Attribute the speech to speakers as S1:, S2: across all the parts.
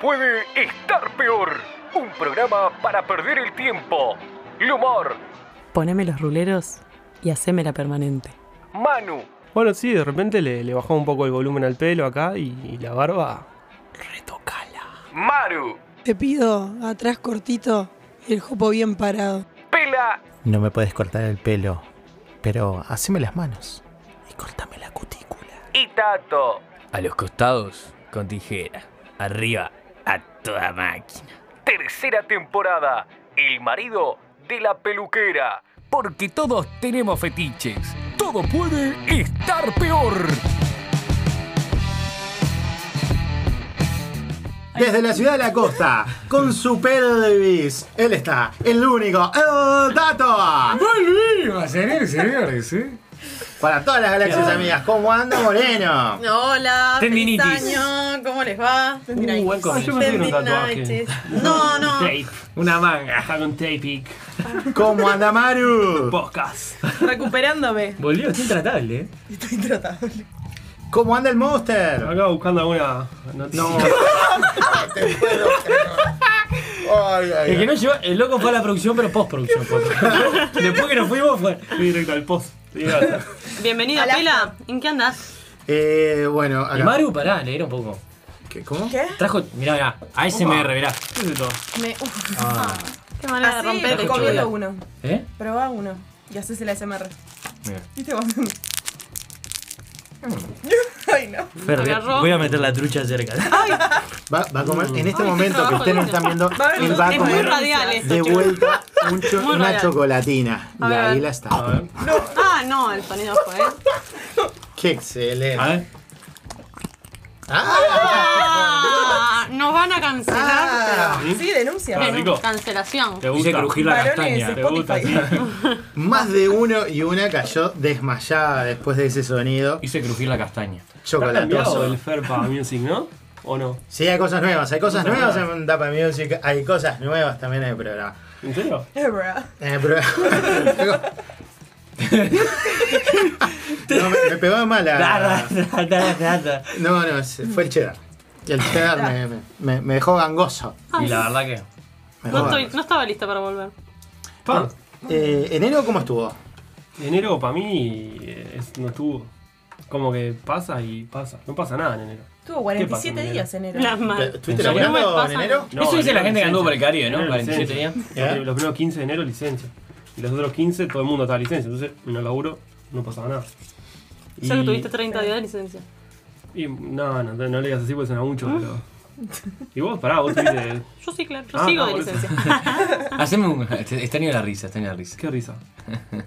S1: puede estar peor. Un programa para perder el tiempo. El humor.
S2: Poneme los ruleros y hacémela permanente.
S1: Manu.
S3: Bueno, sí, de repente le, le bajó un poco el volumen al pelo acá y, y la barba. Retocala.
S1: Maru.
S4: Te pido atrás cortito y el jopo bien parado.
S1: Pela.
S5: No me puedes cortar el pelo, pero haceme las manos y cortame la cutícula.
S1: Y Tato.
S6: A los costados, con tijera. Arriba, a toda máquina.
S1: Tercera temporada. El marido de la peluquera.
S6: Porque todos tenemos fetiches. Todo puede estar peor.
S5: Desde la ciudad de la costa, con su pelvis, él está, el único, el dato.
S7: Volvimos, señores, señores, ¿eh?
S5: Para todas las galaxias, amigas, ¿cómo anda Moreno?
S8: Hola, Ah, feliz
S6: Tendinitis.
S8: año, ¿cómo les va? Tendinitis.
S3: Uh, buen comienzo. Yo me quiero un tatuaje.
S8: Tendinitis. No, no.
S3: Tape. Una manga. Hago un tapic.
S5: ¿Cómo anda Maru?
S3: Podcast.
S8: Recuperándome.
S3: Volvió, está intratable, ¿eh?
S8: Estoy tratable.
S5: ¿Cómo anda el Monster?
S3: Acá buscando alguna noticia.
S5: No. Te puedo creer. Ay, ay,
S7: El
S5: ay.
S7: que no llegó, el loco fue a la producción, pero postproducción. fue. Después que nos fuimos fue.
S3: Fui directo al post.
S2: Bienvenida, Pela. ¿En qué andás?
S5: Eh, bueno,
S7: Y
S5: acá.
S7: Maru, pará, leer un poco.
S5: ¿Qué- ¿Cómo?
S7: Trajo, mirá, mirá, ASMR, mirá.
S9: Me, uf,
S2: Qué manera de romper Ah, el
S9: así,
S7: coño.
S9: comiendo
S2: hielo.
S9: uno.
S7: ¿Eh?
S9: Probá uno. Y haces el ASMR. ¿Viste vos? Ay, no.
S7: Fer, voy a-
S2: Agarró.
S7: voy a meter la trucha cerca.
S5: Va, va a comer. En este momento que ustedes no están viendo, él va a
S2: Es muy
S5: comer
S2: radial esto,
S5: de
S2: chicos.
S5: vuelta un cho-
S2: Muy
S5: una
S2: radial.
S5: chocolatina. Y
S2: A ver, a
S5: ahí
S2: ver.
S5: la está.
S2: Ah, no, el sonido fue. eh.
S5: Qué excelente.
S7: A ver.
S2: Ah, nos van a
S5: Ah,
S2: cancelar.
S9: Sí, denuncia.
S2: pero- Cancelación.
S3: Te
S7: Dice crujir la
S9: Varones,
S7: castaña.
S9: Spotify.
S5: Más de uno y una cayó desmayada después de ese sonido
S7: Hice crujir la castaña.
S3: Está cambiado el
S5: chocolatoso.
S3: Ferpa Music, ¿no? ¿O no?
S5: Sí, hay cosas nuevas, hay cosas nuevas en Dapa Music, hay cosas nuevas también en el programa.
S3: ¿En serio?
S9: Es verdad.
S5: En el programa. No, me, me pegó mal la. No, no, se- fue el cheddar. Y el cheddar me, me- me- me dejó gangoso.
S7: Y la verdad que.
S5: Me
S2: No,
S5: dejó
S2: estoy, no estaba lista para volver.
S3: Pa,
S5: Eh, ¿Enero cómo estuvo?
S3: Ah,
S2: Uh,
S3: enero para mí eh, es- no estuvo. Como que pasa y pasa. No pasa nada en enero.
S9: Tuvo
S3: ¿Qué
S9: 47
S3: pasa,
S9: días enero.
S2: La madre.
S5: ¿Estuviste
S7: ¿En serio?
S2: No me
S5: laburando en
S2: pasa
S5: enero?
S3: No,
S7: Eso dice
S3: enero
S7: la gente que anduvo por el
S3: licencia.
S7: Caribe, ¿no?
S3: Enero
S7: 47
S3: licencia.
S7: días.
S5: ¿Eh?
S3: Los primeros 15 de enero licencia. Y los otros 15 todo el mundo estaba licencia. Entonces, en el laburo no pasaba nada. Y-
S2: Solo tuviste 30 días de licencia.
S3: Y no, no, no le digas así porque suena mucho, pero. Y vos, pará, vos tuviste.
S2: Yo sí, claro. Yo
S3: Ah,
S2: sigo
S3: no,
S2: de
S3: por eso.
S2: licencia.
S7: Haceme un. este, Extraño la risa, extraño la risa.
S3: Qué risa.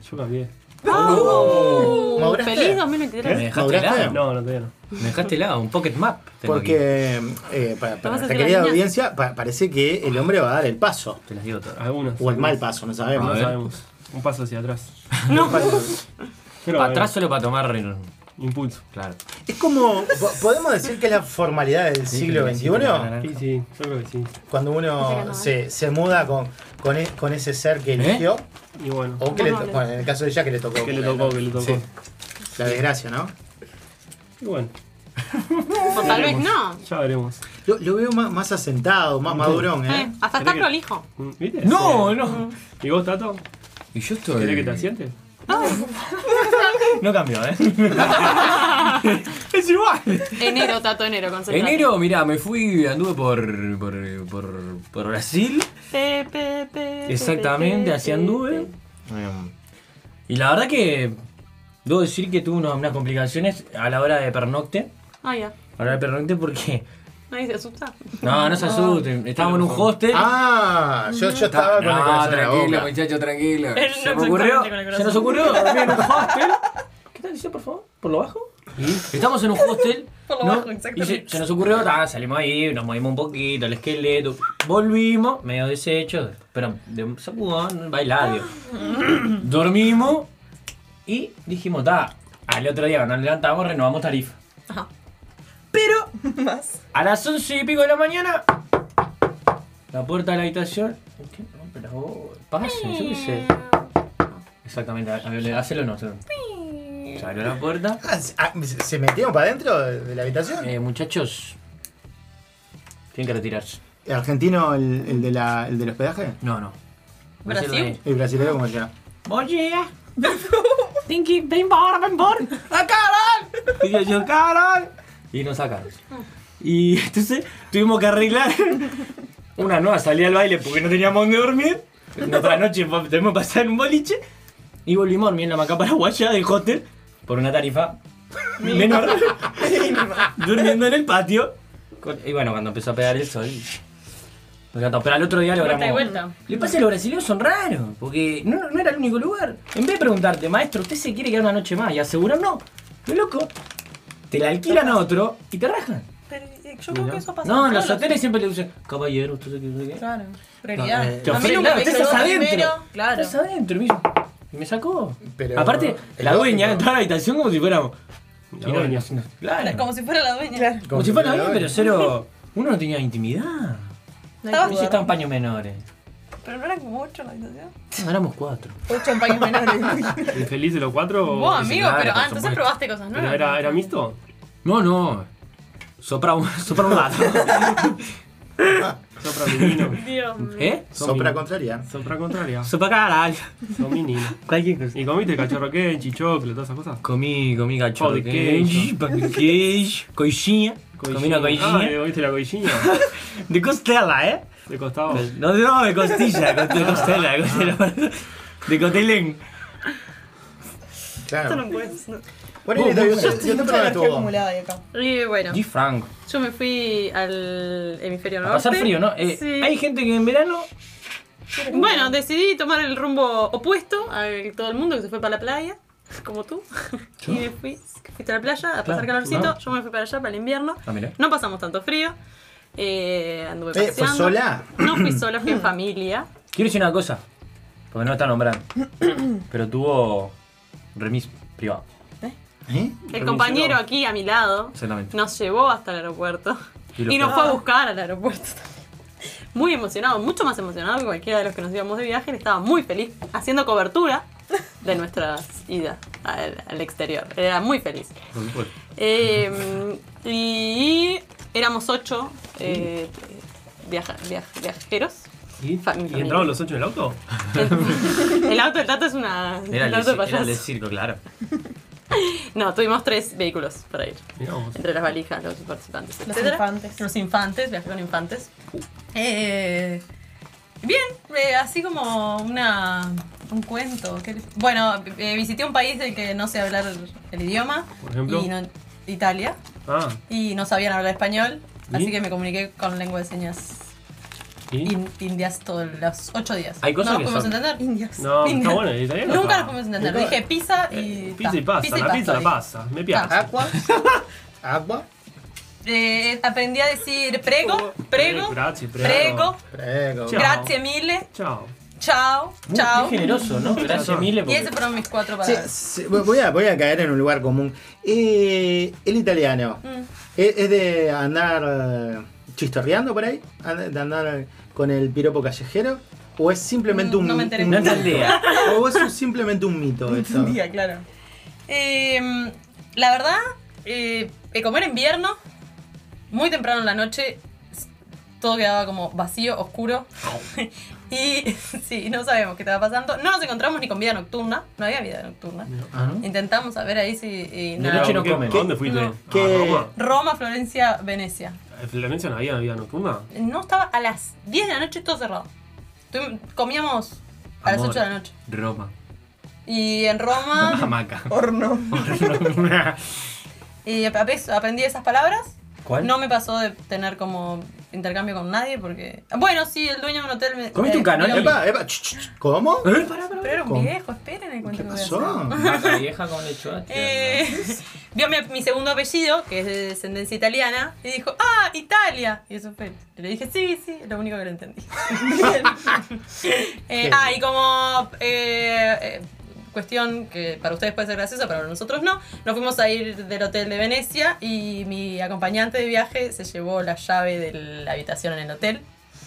S3: Yo cambié.
S5: ¿Maduraste?
S2: Feliz
S7: Me
S2: 2023.
S7: dejaste
S5: ¿Maduraste?
S7: helado.
S3: No, no todavía no.
S7: Me dejaste helado, un pocket map. tengo aquí.
S5: Porque eh, para, para
S2: Vamos a
S5: nuestra
S2: hacer
S5: querida
S2: la línea.
S5: audiencia pa- parece que el hombre va a dar el paso.
S7: Te las digo todas.
S3: Algunos.
S5: O el mal paso,
S3: No
S5: no
S7: A
S5: sabemos.
S7: ver.
S3: sabemos. Un paso hacia atrás.
S2: No.
S3: Pero,
S7: Para
S3: eh,
S7: atrás solo para tomar.
S3: Impulso.
S7: Claro.
S5: Es como, po- podemos decir que es la formalidad del siglo XXI,
S3: Sí, sí, yo creo que sí.
S5: cuando uno se, se muda con, con, e- con ese ser que eligió,
S3: Y bueno.
S7: Oh,
S5: o que le, to- bueno, en el caso de ella que le tocó.
S3: Que le tocó, que le tocó.
S5: Sí. La desgracia, ¿no?
S3: Y bueno,
S2: O tal vez no.
S3: ya veremos.
S5: Lo, lo veo más, más asentado, más madurón,
S2: Eh,
S5: ¿eh?
S2: hasta está prolijo.
S3: Mm, ¿Viste?
S7: No, no.
S3: ¿Y vos, Tato?
S7: Y yo
S3: ¿Querés que te
S7: estoy.
S3: asientes?
S7: No cambió, ¿eh? es igual.
S2: Enero, tato, enero, concentrate.
S7: Enero, mirá, me fui, anduve por, por, por, por Brasil.
S2: Pe, pe, pe, pe,
S7: Exactamente,
S2: pe,
S7: así
S2: pe,
S7: anduve.
S2: pe.
S7: Em, Y la verdad que debo decir que tuve unos- unas complicaciones a la hora de pernocte.
S2: Ah, ya.
S7: A la hora de pernocte porque...
S2: Nadie se asusta.
S7: No, no se asusten. Estábamos en un hostel.
S5: Ah, yo, yo estaba con el
S7: no,
S5: corazón en la
S7: tranquilo, pues.
S5: boca.
S7: muchacho, tranquilo.
S2: Él
S7: Se,
S2: no
S7: me ocurrió,
S2: exactamente con el
S7: se
S2: corazón.
S7: nos ocurrió dormir en un hostel. ¿Qué tal dice, por favor? ¿Por lo bajo? Estamos en un hostel.
S9: Por lo
S7: ¿no?
S9: bajo, exactamente.
S7: Y se, se nos ocurrió, ah, salimos ahí, nos movimos un poquito, el esqueleto. Volvimos, medio deshecho, pero de un sacudón, bailadio. Dormimos y dijimos, ta, al otro día cuando nos levantamos renovamos tarifa.
S9: Pero, más.
S7: A las once y pico de la mañana, la puerta de la habitación. ¿Qué? No, pero vos, pasen, yo qué sé. Exactamente, a- a ver, hacelo nosotros. Se abrió la puerta.
S5: Ah, ¿se- ah, ¿Se metieron para adentro de de la habitación?
S7: Eh, muchachos, Tienen que retirarse.
S5: ¿El argentino, el, el de la, el del hospedaje?
S7: No, no.
S8: ¿Brasil?
S5: El brasileño, como ya.
S7: Oye, Tinky, ven por, ven por.
S8: Ah,
S7: ¡A Carol! Y yo, yo, Carol. Y nos sacaron. Y entonces tuvimos que arreglar una nueva salida al baile porque no teníamos dónde dormir. Otra noche pa- tenemos que pasar en un boliche. Y volvimos a dormir en la maca paraguaya del hotel por una tarifa menor. durmiendo en el patio. Con- Y bueno, cuando empezó a pegar el sol. Me encantó. Pero al otro día logramos.
S8: Vuelta y vuelta.
S7: Lo que pasa es que los brasileños son raros, porque no, no era el único lugar. En vez de preguntarte, maestro, ¿usted se quiere quedar una noche más? Y asegurar no. Qué loco. Te la alquilan a otro y te rajan.
S8: Pero eh, yo creo que eso pasa.
S7: No, en
S8: en
S7: los
S8: todos
S7: hoteles siempre le dicen, caballero, ¿usted se quiere quedar?
S8: Claro, prioridad.
S5: No, eh,
S7: Te
S8: a mí
S7: ofrecen,
S8: nunca
S7: claro,
S8: me
S7: usted
S8: hizo
S7: estás adentro.
S8: primero. Claro.
S7: Estás adentro, mismo. Y me sacó.
S5: Pero-
S7: Aparte,
S5: es
S7: la dueña
S5: lógico.
S7: entró a la habitación como si fuéramos.
S3: La dueña.
S7: Claro. Como,
S8: Como si fuera la dueña.
S7: si fuera la dueña,
S5: dueña.
S7: pero cero. Uno no tenía intimidad.
S8: No hay
S7: Ellos
S8: que dudar.
S7: estaban paños menores.
S8: Pero no eran como ocho en la habitación.
S7: No, éramos cuatro.
S8: Ocho en paños menores.
S3: ¿Y feliz de los cuatro? o-
S8: Vos, amigo,
S7: nada,
S8: pero
S7: por
S8: ah, entonces
S7: supuesto.
S8: probaste cosas
S3: ¿Pero
S8: nuevas.
S3: era, era mixto?
S7: No, no. Sopra un, sopra un gato.
S3: Sopra menino.
S8: Dios mío.
S7: ¿Eh?
S5: Sopra contraria.
S3: Sopra contraria.
S7: Sopra caral.
S3: Son menino.
S7: Cualquier cosa.
S3: ¿Y comiste cachorro quenchi, chocolate, todas esas cosas?
S7: Comí, comí cachorro.
S3: Joder,
S7: queijo, pan queijo, coixinha. Comí una
S3: Ah,
S7: coixinha.
S3: ¿comiste la coichiña?
S7: De costela, ¿eh?
S3: De costado.
S7: No, no, de costilla. De costela, de costela. De cotelén.
S5: Claro.
S8: puedes.
S5: Bueno, yo, yo, yo te probé tu bomba.
S9: acumulada ahí acá.
S8: Y bueno,
S7: Di Franco.
S8: yo me fui al hemisferio
S7: A
S8: norte.
S7: pasar frío, ¿no? Eh,
S8: Sí.
S7: Hay gente que en verano.
S8: Bueno, decidí tomar el rumbo opuesto a todo el mundo que se fue para la playa, como tú. Y me fui, que fuiste a la playa a pasar
S7: Claro,
S8: calorcito.
S7: no.
S8: Yo me fui para allá, para el invierno.
S7: Ah, mira.
S8: No pasamos tanto frío. Eh, anduve
S5: Eh,
S8: paseando.
S5: ¿fue sola?
S8: No fui sola, fui en familia.
S7: Quiero decir una cosa. Porque no está nombrando. Pero tuvo. remis privado.
S5: ¿Eh?
S8: El compañero aquí a mi lado
S7: Exactamente.
S8: nos llevó hasta el aeropuerto
S7: Y lo
S8: y, nos
S7: fue.
S8: fue a buscar al aeropuerto. Muy emocionado, mucho más emocionado que cualquiera de los que nos íbamos de viaje. Él Estaba muy feliz haciendo cobertura de nuestras idas al, al exterior. Él Era muy feliz.
S7: Por supuesto.
S8: Eh, y éramos ocho eh, viaja- viaj- viajeros.
S3: ¿Y,
S8: Fa- mi
S3: y entraron los ocho en el auto?
S8: El, el auto del tato es una.
S7: Era
S8: el
S7: el,
S8: auto de
S7: de, era el de
S8: payaso.
S7: circo, claro.
S8: No, tuvimos tres vehículos para ir.
S3: Mirá vos.
S8: entre las valijas, los participantes,
S9: Los
S8: etcétera.
S9: infantes.
S8: Los infantes, viajé con infantes. Eh, bien, eh, así como una, un cuento. ¿qué les- Bueno, eh, visité un país del que no sé hablar el, el idioma.
S3: Por ejemplo.
S8: y no- Italia.
S3: Ah,
S8: Y no sabían hablar español.
S3: ¿Y?
S8: Así que me comuniqué con lengua de señas
S3: ¿y?
S8: in- indias todos los ocho días.
S7: Hay cosas
S8: no
S7: que
S8: nos pudimos
S7: son-
S8: entender. Indias.
S3: No, está bueno, el italiano
S8: Nunca
S3: está- Eh,
S8: nos pudimos entender. Dije pizza y.
S3: Pizza y
S8: ta,
S3: pasa, la pizza la
S8: dije.
S3: pasa. Me piace.
S5: Agua. Agua.
S8: Eh, aprendí a decir prego, prego,
S3: Eh, grazie, prego.
S8: prego,
S5: Prego.
S3: Chao.
S8: grazie mille,
S3: Chao.
S8: chao,
S7: Muy,
S8: chao.
S7: muy generoso, ¿no? Gracias, Mile.
S8: Y
S7: porque-
S8: esas fueron mis cuatro
S5: Sí,
S8: palabras.
S5: sí, voy- voy, a, voy a caer en un lugar común. Eh, el italiano.
S8: Mm.
S5: ¿Es, es de andar eh, chistorreando por ahí? ¿An- ¿De andar con el piropo callejero? ¿O es simplemente
S8: Mm,
S5: un,
S8: no me enteré.
S5: un
S7: No
S5: mito?
S7: entendía.
S5: ¿O es simplemente un mito esto?
S9: Día, claro.
S8: Eh, la verdad, eh, eh, como era invierno, muy temprano en la noche, s- todo quedaba como vacío, oscuro. y sí, no sabemos qué estaba pasando. No nos encontramos ni con vida nocturna, no había vida nocturna.
S5: Ah, ¿no?
S8: Intentamos saber ahí si... y
S7: De
S8: nada.
S7: noche no
S3: ¿Qué-
S7: comen.
S3: ¿A dónde fuiste? Ah,
S8: No.
S3: ¿A
S5: ¿Qué-
S3: Roma?
S8: Roma, Florencia, Venecia.
S3: ¿En Florencia no eh, había vida nocturna?
S8: No estaba a las 10 de la noche todo cerrado. Tuvim- Comíamos a las
S7: Amor.
S8: 8 de la noche.
S7: Roma.
S8: Y en Roma
S7: Hamaca.
S9: Horno.
S8: y ap- ap- aprendí esas palabras.
S7: ¿Cuál?
S8: No me pasó de tener como intercambio con nadie porque. Bueno, sí, el dueño de un hotel me.
S7: ¿Comiste un canoli?
S8: pero-
S5: Epa, epa, ch, ch, ch, ¿Cómo?
S7: ¿Eh? Pará, pará.
S8: Pero era un
S5: ¿Cómo?
S8: viejo, esperen el cuento que
S5: ¿Qué
S8: voy a hacer.
S5: pasó?
S7: Vaca vieja con lechuga.
S8: Eh, vio mi, mi segundo apellido, que es de descendencia italiana, y dijo, ¡Ah, Italia! Y eso fue. Y le dije, sí, sí, es lo único que lo entendí. Eh, ah, y como eh, eh, cuestión que para ustedes puede ser graciosa, pero para nosotros no, nos fuimos a ir del hotel de Venecia y mi acompañante de viaje se llevó la llave de la habitación en el hotel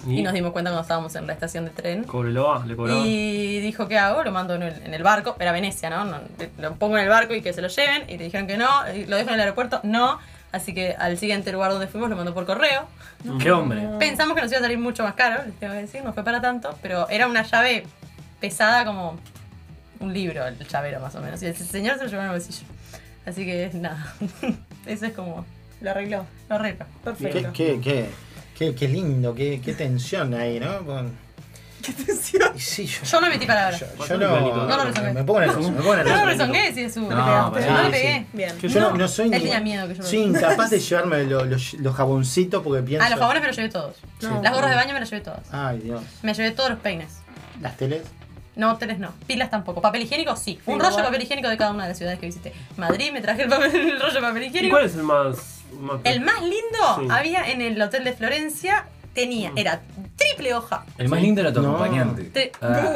S8: y nos dimos cuenta cuando estábamos en la estación de tren.
S3: Cobreloa, le cobraba.
S8: Y dijo, ¿qué hago? Lo mando en el, en el barco, eh, era Venecia, ¿no? No, Lo pongo en el barco y que se lo lleven. Y le dijeron que no, y lo dejo en el aeropuerto, no. Así que al siguiente lugar donde fuimos lo mandó por correo.
S7: ¡Qué hombre!
S9: Ah.
S8: Pensamos que nos iba a salir mucho más caro, les tengo que decir, no fue para tanto, pero era una llave pesada como un libro, el llavero más o menos. Y el señor se lo llevó en el bolsillo. Así que nada, eso es como
S9: Lo arregló.
S8: lo arreglo.
S5: Qué,
S9: Perfecto.
S5: qué, qué, qué, qué lindo, qué, qué tensión ahí, ¿no? Con-
S9: ¿Qué tensión?
S5: y sí, yo,
S8: Yo no metí palabra.
S5: yo- yo
S3: Bastante planito,
S5: no,
S8: No lo resolvé.
S5: me pongo nervioso, me
S8: No
S5: pongo
S8: lo
S5: nervioso.
S8: resoné, si es su.
S7: No,
S8: le pegaste.
S7: pará,
S8: no le
S5: sí.
S8: pegué.
S9: Bien.
S3: Que
S5: Yo no, no soy,
S8: Él
S5: ni-
S8: tenía miedo que yo lo
S5: soy incapaz de llevarme los, los- los jaboncitos porque pienso.
S8: Ah, los jabones me los llevé todos.
S5: Sí.
S8: Las gorras de baño me las llevé todas.
S5: Ay, Dios.
S8: Me llevé todos los peines.
S5: Las teles.
S8: No, tres no. Pilas tampoco. Papel higiénico, sí. Un rollo de papel higiénico de cada una de las ciudades que visité. Madrid me traje el, papel- el rollo de papel
S3: ¿Y
S8: higiénico.
S3: cuál es el más. más
S8: El más lindo
S3: Sí. Mm.
S8: había en el hotel de Florencia. Tenía, era triple hoja.
S7: El más lindo era tu
S5: No.
S7: acompañante.
S8: Te-
S7: Ah,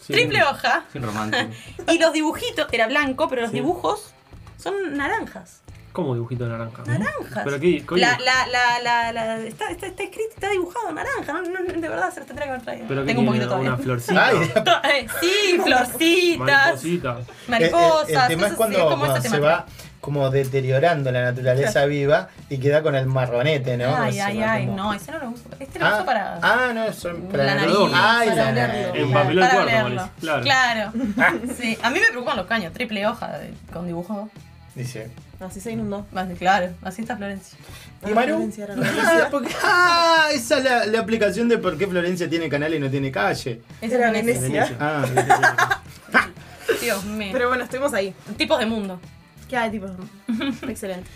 S3: Sí.
S8: Triple hoja.
S7: sin romántico.
S8: Y los dibujitos, era blanco, pero los
S3: Sí.
S8: dibujos son naranjas.
S3: ¿Cómo dibujito de naranja?
S8: Naranjas.
S3: ¿Pero qué? coño?
S8: La, la, la, la, la- está, está, está escrito, está dibujado en naranja. No, no, no, de verdad, se los tendría que haber traído.
S3: ¿Pero qué
S8: Tengo un
S3: tiene?
S8: poquito todavía.
S3: ¿Una florcita?
S5: Ay,
S8: Eh, sí, florcitas,
S3: mariposita.
S8: mariposas.
S5: Eh, el, el- el tema es
S8: cosas
S5: cuando,
S8: así, como
S5: cuando
S8: esa
S5: se
S8: temática.
S5: va como deteriorando la naturaleza viva y queda con el marronete, ¿no?
S8: Ay,
S5: Ese
S8: ay,
S5: va
S8: ay,
S5: como-
S8: no, ese no lo uso. Este lo
S5: Ah,
S8: uso para.
S5: ah, no, son para
S8: La nariz,
S5: Ay,
S9: para
S5: la
S9: olerlo.
S5: nariz. Ah.
S3: En papel. Papeló el
S8: para
S3: cuerpo,
S8: leerlo.
S3: Mauricio, claro.
S8: Claro. Sí, a mí me preocupan los caños, triple hoja de- con dibujo.
S5: Dice.
S9: Así se inundó.
S8: Más de claro, así está Florencia.
S5: ¿Y Maru?
S9: Florencia era
S5: Ah, porque- ah, esa es la, la aplicación de por qué Florencia tiene canal y no tiene calle.
S8: Esa
S9: Era
S8: es Venecia.
S9: Venecia.
S5: Ah,
S8: Dios mío.
S9: Pero bueno, estuvimos ahí.
S8: Tipos de mundo.
S9: ¿Qué hay, tipo? Excelente.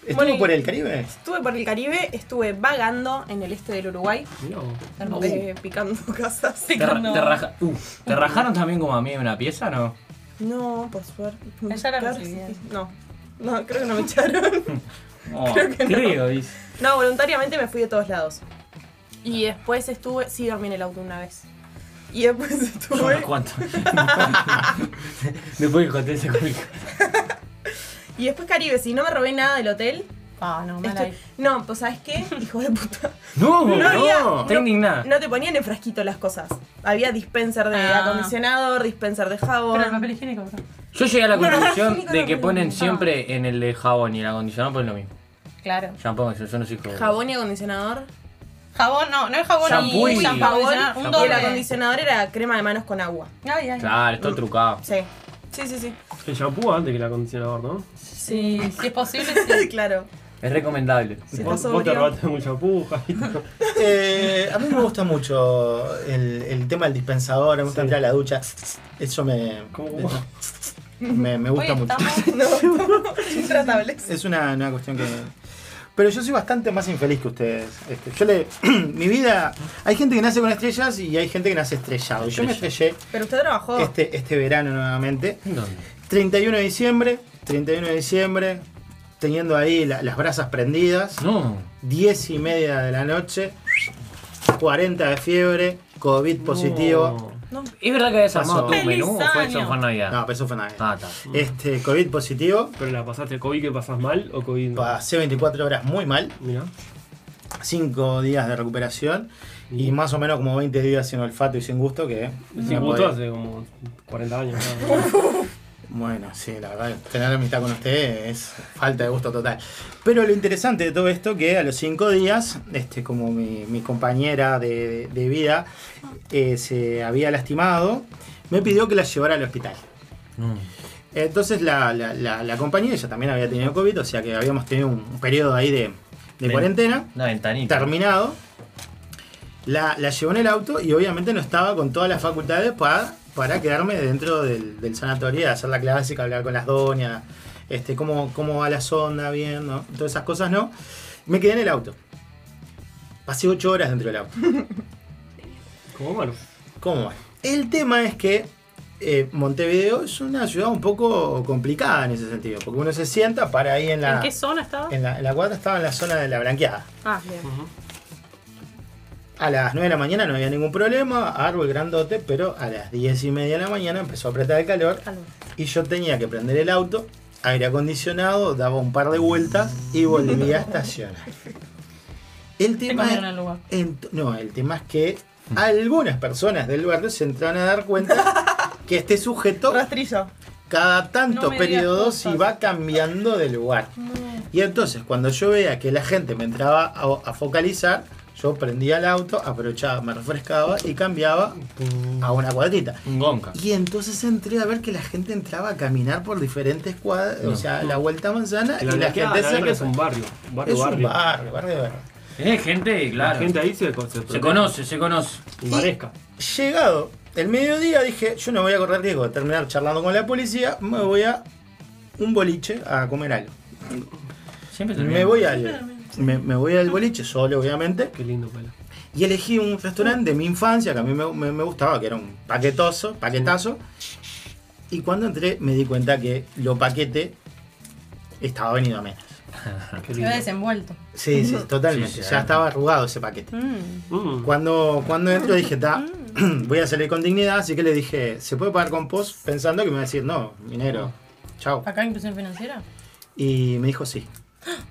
S5: ¿estuvo
S9: Bueno, y-
S5: por el Caribe?
S9: Estuve por el Caribe, estuve vagando en el este del Uruguay,
S3: Mirá vos.
S8: Hermoso.
S9: eh, picando casas.
S7: Te, ra- te raja- Uf, ¿te rajaron también como a mí en una pieza, no?
S9: No, por suerte.
S8: Ella la
S9: Claro,
S8: recibieron.
S9: sí, sí. No, no, creo que no me echaron.
S7: Oh,
S9: Creo que no.
S7: creo, dice.
S9: No, voluntariamente me fui de todos lados. Y después estuve. Sí, dormí en el auto una vez. Y después
S7: Yo
S9: estuve.
S7: unos cuantos. Después que conté ese cuento.
S9: Y después Caribe, si no me robé nada del hotel.
S8: Ah, no, mal
S9: estu-
S8: ahí.
S9: No, pues ¿sabes qué? Hijo de puta.
S7: No,
S9: No había-
S7: Está indignada.
S9: No te ponían en frasquito las cosas. Había dispenser de
S8: Ah.
S9: acondicionador, dispenser de jabón.
S8: Pero el papel higiénico. bro.
S7: Yo llegué a la
S9: sí,
S7: conclusión
S9: claro,
S7: de que
S9: no,
S7: ponen
S9: no.
S7: siempre en el de jabón y el acondicionador ponen lo mismo.
S8: Claro.
S7: Shampoo, yo, yo no soy jabón.
S9: Jabón y acondicionador.
S8: Jabón, no, no es jabón
S7: Shampoo
S8: y
S7: y-
S8: shampoo.
S9: Jabón
S8: acondicionador, Un
S9: y el
S8: doble.
S9: acondicionador era crema de manos con agua.
S8: Ay, ay.
S7: Claro, esto trucado.
S9: Sí. Sí, sí, sí.
S3: El shampoo antes que el acondicionador, ¿no?
S8: Sí, si es posible, sí.
S9: claro.
S7: Es recomendable.
S9: Se
S3: Vos,
S9: pasó
S3: vos te
S9: sobrio.
S3: robaste un shampoo, Jairo.
S5: Eh, a mí me gusta mucho el, el tema del dispensador, me
S3: Sí.
S5: gusta entrar a la ducha. Eso me,
S3: ¿Cómo?
S5: me, me
S8: Hoy
S5: gusta mucho.
S8: estamos.
S9: Intratables.
S5: Es una, una cuestión que. Pero yo soy bastante más infeliz que ustedes. Este, yo le, mi vida. Hay gente que nace con estrellas y hay gente que nace estrellado. Yo me estrellé
S9: Pero usted
S8: Oh.
S9: trabajó.
S5: este, este verano nuevamente.
S7: ¿Dónde?
S5: 31 de diciembre, 31 de diciembre, teniendo ahí la- las brasas prendidas.
S7: No.
S5: 10 y media de la noche, 40 de fiebre, COVID positivo.
S7: ¿Es verdad que habías
S5: Pasó.
S7: armado tu
S8: ¡Feliz
S7: menú o fue eso
S8: año!
S7: fue Navidad?
S5: No, pero eso fue nada.
S7: Ah, está.
S5: Este, COVID positivo,
S3: ¿Pero la pasaste COVID que pasas mal o COVID no?
S5: pasé 24 horas muy mal,
S3: Mirá.
S5: 5 días de recuperación y más o menos como 20 días sin olfato y sin gusto que...
S3: Sin
S5: no
S3: gusto
S5: podía.
S3: hace como 40 años. ¿no?
S5: Bueno, sí, la verdad, tener amistad con ustedes es falta de gusto total. Pero lo interesante de todo esto que a los cinco días, este, como mi, mi compañera de, de vida eh, se había lastimado, me pidió que la llevara al hospital.
S7: Mm.
S5: Entonces la, la, la, la compañía, ella también había tenido COVID, o sea que habíamos tenido un, un periodo ahí de, de
S7: Ven.
S5: cuarentena,
S7: Una ventanita.
S5: terminado. La, la llevó en el auto y obviamente no estaba con todas las facultades para, para quedarme dentro del, del sanatorio y hacer la clásica, hablar con las doñas, este, cómo, cómo va la sonda, bien, ¿no? todas esas cosas no. Me quedé en el auto. Pasé ocho horas dentro del auto.
S3: Como malo.
S5: ¿Cómo va? El tema es que eh, Montevideo es una ciudad un poco complicada en ese sentido, porque uno se sienta para ahí en la.
S8: ¿En qué zona estaba?
S5: en la, en la cuadra estaba en la zona de la blanqueada.
S9: Ah, bien.
S5: A las 9 de la mañana no había ningún problema, árbol grandote, pero a las 10 y media de la mañana empezó a apretar el calor
S9: Calor.
S5: y yo tenía que prender el auto, aire acondicionado, daba un par de vueltas y volvía a estacionar. El
S8: Te
S5: tema, es-
S8: comieron el lugar.
S5: Ent- no, el tema es que algunas personas del barrio se entraron a dar cuenta que este sujeto
S9: Rastrillo.
S5: cada tantos
S9: No me digas
S5: periodos
S9: cosas.
S5: y va cambiando de lugar. Y entonces, cuando yo veía que la gente me entraba a, a focalizar, yo prendía el auto, aprovechaba, me refrescaba y cambiaba a una cuadrita.
S7: Un gonca.
S5: Y entonces entré a ver que la gente entraba a caminar por diferentes cuadras, o sea, la vuelta a manzana y
S3: La,
S5: la
S3: blanqueada,
S5: gente
S3: la
S5: se
S3: blanqueada es un barrio. Barrio,
S5: es un
S3: barrio.
S5: barrio, barrio, barrio.
S7: Es gente,
S3: La
S7: claro.
S3: gente ahí se, se,
S7: Se
S3: protege.
S7: conoce, se conoce.
S3: Y Marezca.
S5: Llegado el mediodía dije, yo no voy a correr riesgo de terminar charlando con la policía, me voy a un boliche a comer algo.
S7: Siempre termina.
S5: Me voy al, me, me voy al boliche solo, obviamente,
S3: Qué lindo, pues. pala.
S5: y elegí un restaurante de mi infancia que a mí me, me- me gustaba, que era un paquetoso, paquetazo. Y cuando entré me di cuenta que lo paquete estaba venido a menos.
S8: Se
S3: Qué
S8: ve
S3: lindo.
S8: desenvuelto.
S5: Sí, sí, totalmente.
S7: Sí, sí,
S5: ya
S7: ah.
S5: estaba arrugado ese paquete.
S3: Mm.
S5: Cuando, cuando entro dije, "Ta, voy a salir con dignidad, así que le dije, ¿se puede pagar con POS? Pensando que me iba a decir, no, minero, chao.
S8: Acá inclusión financiera.
S5: Y me dijo, sí.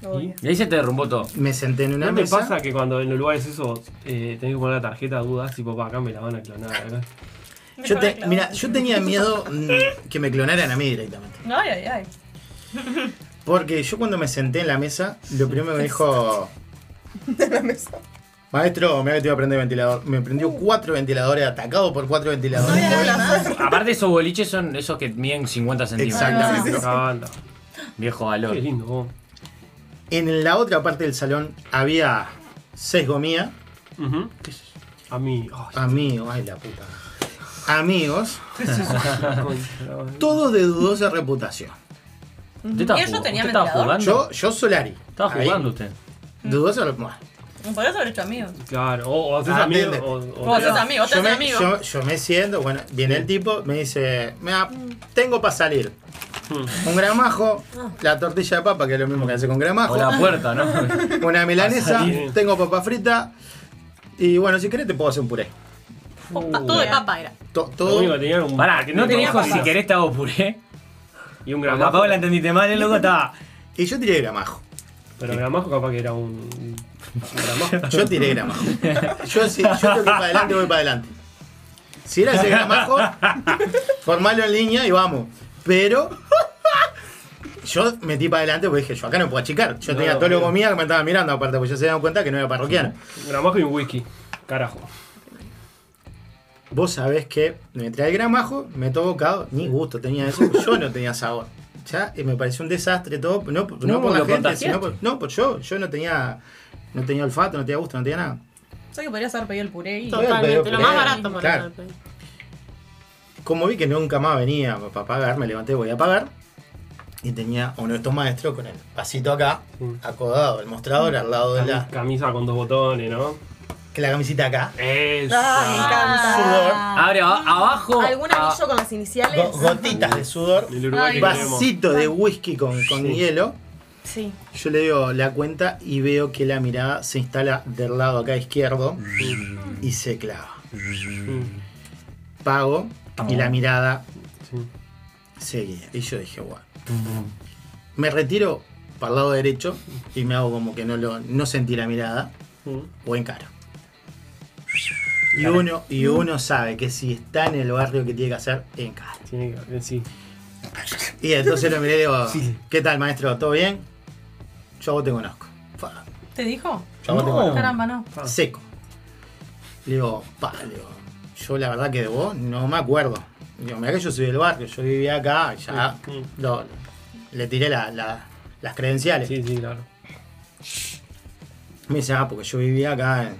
S9: Obvio.
S7: Y ahí se te derrumbó todo.
S5: Me senté en una
S3: ¿No me
S5: mesa.
S3: pasa que cuando en los lugares esos eh, tenés que poner la tarjeta a dudas y papá acá me la van a clonar? acá?
S5: Yo te- mira, yo tenía miedo mm, que me clonaran a mí directamente.
S8: No, ay, ay, ay.
S5: Porque yo cuando me senté en la mesa, lo primero que me dijo... Maestro, mira que te iba a prender ventilador. Me prendió cuatro ventiladores, atacado por cuatro ventiladores.
S7: Aparte, esos boliches son esos que miden 50 centímetros.
S5: Exactamente.
S3: Pero acá anda.
S7: Viejo valor.
S3: Qué lindo, vos.
S5: En la otra parte del salón había sesgo mía.
S3: Ujú. A mí.
S5: Ah.
S3: ay,
S5: Amigos, ay la puta. Amigos,
S3: contra-
S5: todos de dudosa reputación.
S7: Usted estaba
S8: Y ellos
S7: jugando.
S8: tenían
S7: usted estaba
S8: ventilador.
S7: jugando.
S5: Yo, yo Solari.
S7: Estaba
S5: Ahí,
S7: jugando usted.
S5: Dudosa reputación.
S8: No podrías haber hecho amigos.
S3: Claro, o, o haces
S5: Ah,
S3: amigos.
S5: entiende.
S3: O,
S8: Vos
S3: o,
S8: haces amigos, te haces
S5: Yo me,
S8: amigos.
S5: yo, yo me siento, bueno, viene
S3: Mm.
S5: el tipo, me dice, "Mira, tengo para salir.
S3: Mm.
S5: Un gramajo,
S8: Ah.
S5: la tortilla de papa, que es lo mismo que hace con
S7: O
S5: gramajo,
S7: la puerta, ¿no?
S5: una milanesa,
S3: salir.
S5: tengo papa frita, y bueno, si querés te puedo hacer un puré.
S8: Pa- todo de papa era.
S5: To-
S3: lo único
S5: todo,
S3: que tenían un.
S7: Pará, que no te dijo
S3: papas
S7: si querés te hago puré.
S3: Y un
S7: Capaz
S3: gramajo.
S7: vos la entendiste mal, el loco estaba.
S5: y yo tiré gramajo.
S3: Pero gramajo capaz que era un. un gramajo.
S5: Yo tiré gramajo. Yo si yo tengo que ir para adelante, voy para adelante. Si era ese gramajo, formalo en línea y vamos. Pero yo metí para adelante porque dije, yo acá no puedo achicar. Yo
S3: No,
S5: tenía todo lo
S3: obvio.
S5: que comía que me estaba mirando, aparte, porque ya se dieron cuenta que no era parroquiano.
S3: Un gramajo y un whisky. Carajo.
S5: Vos sabés que me trae el gramajo, me tocó bocado, ni gusto tenía eso, yo no tenía sabor. Ya, y me pareció un desastre todo, no, por- no
S7: No,
S5: por la
S7: lo
S5: gente, sino
S7: contagiaste.
S5: por, no, por yo, yo no tenía, no tenía olfato, no tenía gusto, no tenía nada.
S8: Sé que podrías haber pedido el puré y.
S5: Pero,
S2: Totalmente,
S5: pero,
S2: lo más
S5: eh,
S2: barato para
S5: claro.
S2: hacer.
S5: Como vi que nunca más venía para pagar, me levanté, voy a pagar. Y tenía a uno de estos maestros con el pasito acá,
S3: Sí.
S5: acodado, el mostrador al lado de la,
S3: Camisa con dos botones, ¿no?
S5: que la camisita acá.
S8: Ah,
S3: Esa.
S7: Ah. Abre Ah. aba- abajo.
S9: ¿Algún
S7: a-
S9: anillo con las iniciales?
S5: Go- gotitas de sudor,
S3: El Uruguay que tenemos.
S5: vasito de whisky con, con hielo.
S9: Sí.
S5: Yo le digo la cuenta y veo que la mirada se instala del lado acá izquierdo y se clava.
S3: Mm,
S5: Pago y
S3: Oh.
S5: la mirada
S3: sí.
S5: seguía. Y yo dije, guau. Me retiro para el lado derecho y me hago como que no, lo, no sentí la mirada.
S3: Mm.
S5: Buen cara. Y uno, y uno sabe que si está en el barrio que tiene que hacer, en cara.
S3: Tiene que ver, sí.
S5: Y entonces lo miré y digo, ¿qué tal maestro? ¿Todo bien? Yo a vos te conozco. Fa,
S8: ¿Te dijo?
S5: Yo a vos te conozco.
S8: Caramba, no.
S3: Ah.
S5: Seco. Le digo, pa, le digo, yo la verdad que de vos no me acuerdo. Le Digo, mira que yo soy del barrio, yo vivía acá, ya
S3: Sí.
S5: lo- le tiré la- la- las credenciales.
S3: Sí, sí, claro.
S5: Me dice, ah, porque yo vivía acá en...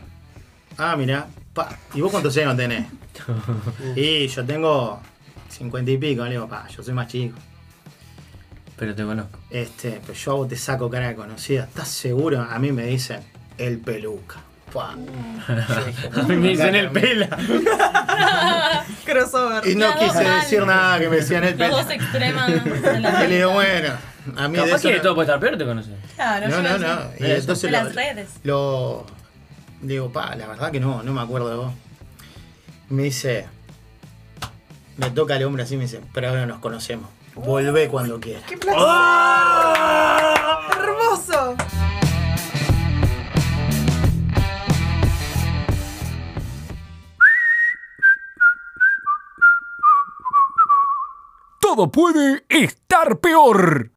S5: Ah, mira, pa, ¿y vos cuántos años tenés? y yo tengo 50 y pico, le digo, pa, yo soy más chico.
S7: Pero te conozco.
S5: Este, pues yo a vos te saco cara de conocida, ¿estás seguro? A mí me dicen, el peluca. Pa. Yo dije,
S7: Me dicen el pela.
S9: Crossover.
S5: Y no
S8: Las dos
S5: quise
S8: mal.
S5: decir nada que me decían el
S8: Los
S5: pelo.
S8: dos extremas de la
S5: Y le digo, bueno, a mí de
S7: Capaz
S5: eso.
S7: que todo
S5: No,
S7: puede estar peor, te conoces.
S8: Claro,
S5: no,
S8: yo
S5: no.
S8: me-
S5: no. Y
S7: De
S8: de
S5: entonces lo,
S8: las redes.
S5: lo- le Digo, pa, la verdad que no, no me acuerdo de vos. Me dice. Me toca el hombre así me dice, pero ahora nos conocemos. Volvé cuando quieras.
S9: ¡Qué placer! ¡Hermoso!
S1: todo puede estar peor.